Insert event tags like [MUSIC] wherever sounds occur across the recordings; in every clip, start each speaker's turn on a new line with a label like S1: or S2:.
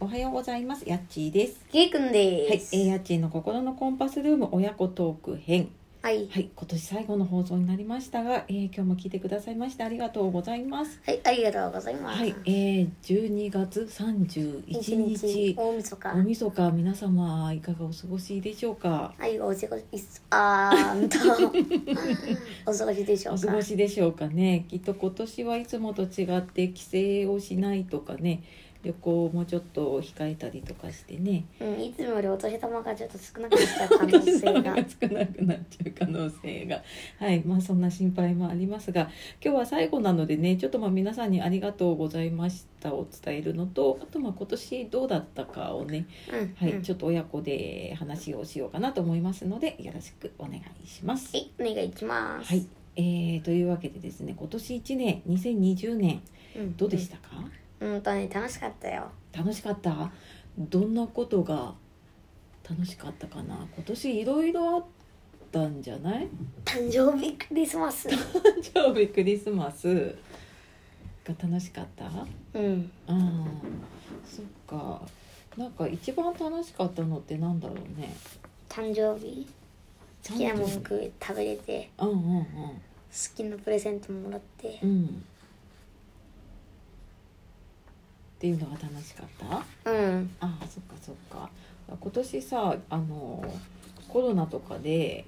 S1: はようございますやっちーです
S2: ケイくん
S1: はい、え
S2: です。
S1: ー、やっちーの心のコンパスルーム親子トーク編
S2: はい。はい。
S1: はい今年最後の放送になりましたが、えー、今日も聞いてくださいましてありがとうございます
S2: ありがとうございます。
S1: はい、えー、12月31
S2: 一
S1: 日
S2: 大晦日
S1: お。みそか皆様いかがお過ごしでしょうか
S2: はい、お過ごし、あー
S1: [LAUGHS]
S2: んと。お過ごしでしょ
S1: お
S2: う
S1: 過
S2: か。
S1: ごしでしょうかねきっと今年はいつもと違って帰省をしないとかね旅行もちょっと控えたりとかしてね
S2: うん、いつもよりお年玉がちょっと少なくなっちゃった可能性
S1: [LAUGHS]
S2: が。
S1: が少なくなっちゃう可能性がはいまあそんな心配もありますが今日は最後なのでねちょっとまあ皆さんに「ありがとうございました」を伝えるのとあとまあ今年どうだったかをね、
S2: うん、
S1: は
S2: う
S1: い、
S2: ん
S1: ちょっと親子で話をしようかなと思いますのでよろしくお願いします。
S2: はい、お願いします。
S1: はい、えー、というわけでですね今年1年2020年
S2: うん、
S1: どうでしたか、
S2: うんとね、楽しかったよ。
S1: 楽しかったどんなことが楽しかったかな今年いろいろあったんじゃない
S2: 誕生日クリス
S1: [LAUGHS]
S2: マス。
S1: 誕生日クリスマスが楽しかったあ
S2: うん。
S1: あそっかなんか一番楽しかったのってなんだろうね
S2: 誕生日。好きなもん食え食べれて、
S1: うんうんうん
S2: 好きなプレゼントもらって
S1: う。んっていうのが楽しかった
S2: うん。
S1: ああそっかそっか今年さあのコロナとかで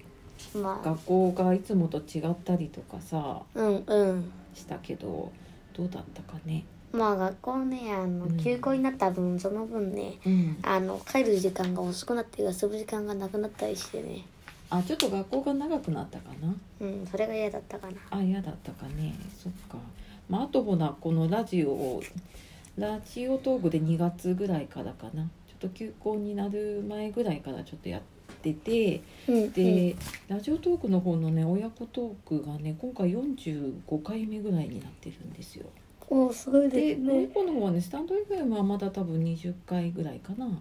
S2: まあ。
S1: 学校がいつもと違ったりとかさ
S2: うん、うん。
S1: したけどどうだったかね、
S2: まあ学校ねあの
S1: うん
S2: 休校になった分その分ね
S1: うん、
S2: あの帰る時間が遅くなって遊ぶ時間がなくなったりしてね
S1: あちょっと学校が長くなったかな
S2: うんそれが嫌だったかな
S1: あ嫌だったかねそっか、まあ、あとほなこのラジオをラジオトークで2月ぐらいからかなちょっと休校になる前ぐらいからちょっとやってて
S2: うん
S1: で、ラジオトークの方のね親子トークがね今回45回目ぐらいになってるんですよ
S2: おすごい
S1: で、
S2: です
S1: もう
S2: ね
S1: 一個の方はねスタンド FM はまだ多分20回ぐらいかなと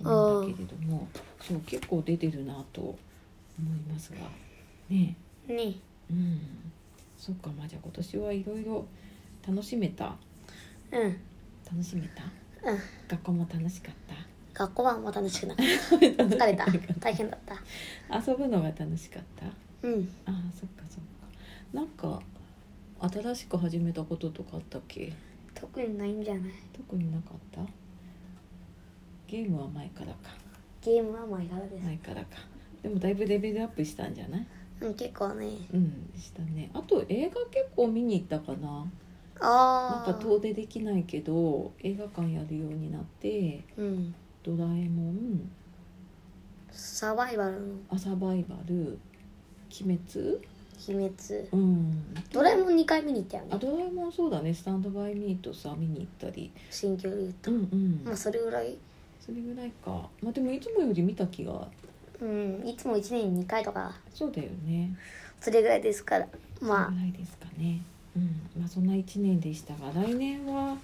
S1: 思うんだけれどもそう結構出てるなと思いますがね
S2: ね
S1: うんそっかまあじゃあ今年はいろいろ楽しめた
S2: うん
S1: 楽しめた
S2: うん
S1: 学校も楽しかっ
S2: 学校はもう楽し [LAUGHS] くなかった疲れた大変だった
S1: た遊ぶのが楽しかった
S2: うん
S1: あーそっかそっかなんか新しく始めたこととかあったっけ
S2: 特にないんじゃない
S1: 特になかったゲームは前からか
S2: ゲームは前からです、
S1: 前からかでもだいぶレベルアップしたんじゃない
S2: うん結構ね
S1: うんしたねあと映画結構見に行ったかななん
S2: ああ
S1: か遠出できないけど映画館やるようになって
S2: うん
S1: 「ドラえもん」
S2: サバイバルの
S1: 「アサバイバル」「鬼滅
S2: 秘密」
S1: うん
S2: ドラえもん2回見に行ったよ
S1: あ
S2: ね
S1: ドラえもんそうだね「スタンドバイミー」とさ見に行ったり
S2: 新居ルート
S1: うんうん
S2: まあそれぐらい
S1: それぐらいかまあでもいつもより見た気が
S2: うんいつも1年に2回とか
S1: そうだよね
S2: それぐらいですからま
S1: それぐらいですかねうんまあそんな1年でしたが来年は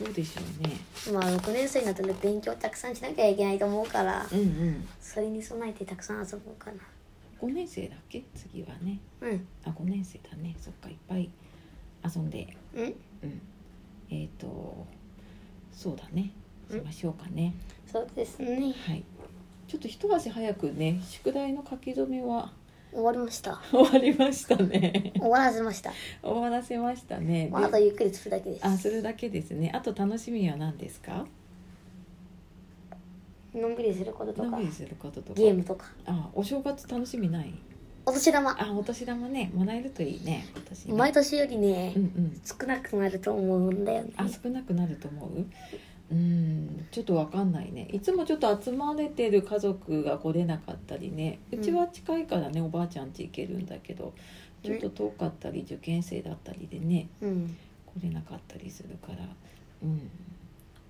S1: どうでしょうね
S2: あまあ6年生になったら勉強たくさんしなきゃいけないと思うから
S1: うんうん
S2: それに備えてたくさん遊ぼうかな
S1: 5年生だっけ次はね
S2: うん
S1: あ5年生だねそっかいっぱい遊んで
S2: うん
S1: うんえっ、とそうだね
S2: うん
S1: しましょうかね
S2: そうですね
S1: はいちょっと一足早くね宿題の書き初めは [LAUGHS]
S2: 終わりました
S1: 終わりましたね [LAUGHS]
S2: 終わらせました、
S1: 終わらせましたね
S2: まあ、あと
S1: で
S2: ゆっくりするだけです
S1: あするだけですねあと楽しみは何ですか
S2: のんびりすることと
S1: のん
S2: か
S1: びりすることとか
S2: ゲームとか
S1: あお正月楽しみない
S2: お年玉
S1: あお年玉ねもらえるといいね今年ね
S2: 毎年よりね、
S1: うんうん
S2: 少なくなると思うんだよね
S1: あ少なくなると思ううんちょっとわかんないねいつもちょっと集まれてる家族が来れなかったりねうちは近いからね、おばあちゃん家行けるんだけどちょっと遠かったり受験生だったりでね
S2: うん
S1: 来れなかったりするからうん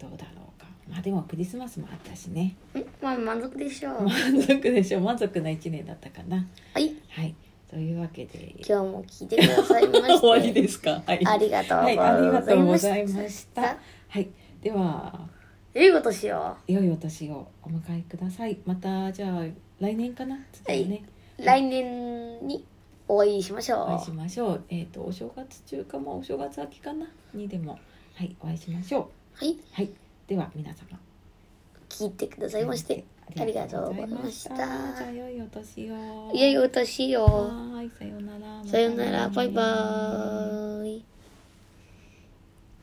S1: どうだろうかまあでもクリスマスもあったしね
S2: うんまあ満足でしょう、
S1: 満足でしょ満足な1年だったかな
S2: はい
S1: はいというわけで
S2: 今日も聞いてくださいまし
S1: [LAUGHS]
S2: て
S1: 終わりですかはい
S2: ありがとう
S1: はいありがとうご
S2: ご
S1: ざ
S2: ざ
S1: い
S2: い
S1: ま
S2: ま
S1: し
S2: したた
S1: はいでは
S2: 良いことしよ
S1: 良いお年をお迎えくださいまたじゃあ来年かな次はね、
S2: う来年にお会いしまし
S1: お会い
S2: ょ
S1: しましょうえっ、とお正月中かもお正月明けかなにでもはいお会いしましょう
S2: うはい
S1: はいでは皆様
S2: 聞いてくださいましてありがとうございました
S1: じゃあ良いお年を
S2: いよいよ私
S1: は
S2: よ
S1: ーいさようなら
S2: さよならバイ
S1: ー
S2: バーイ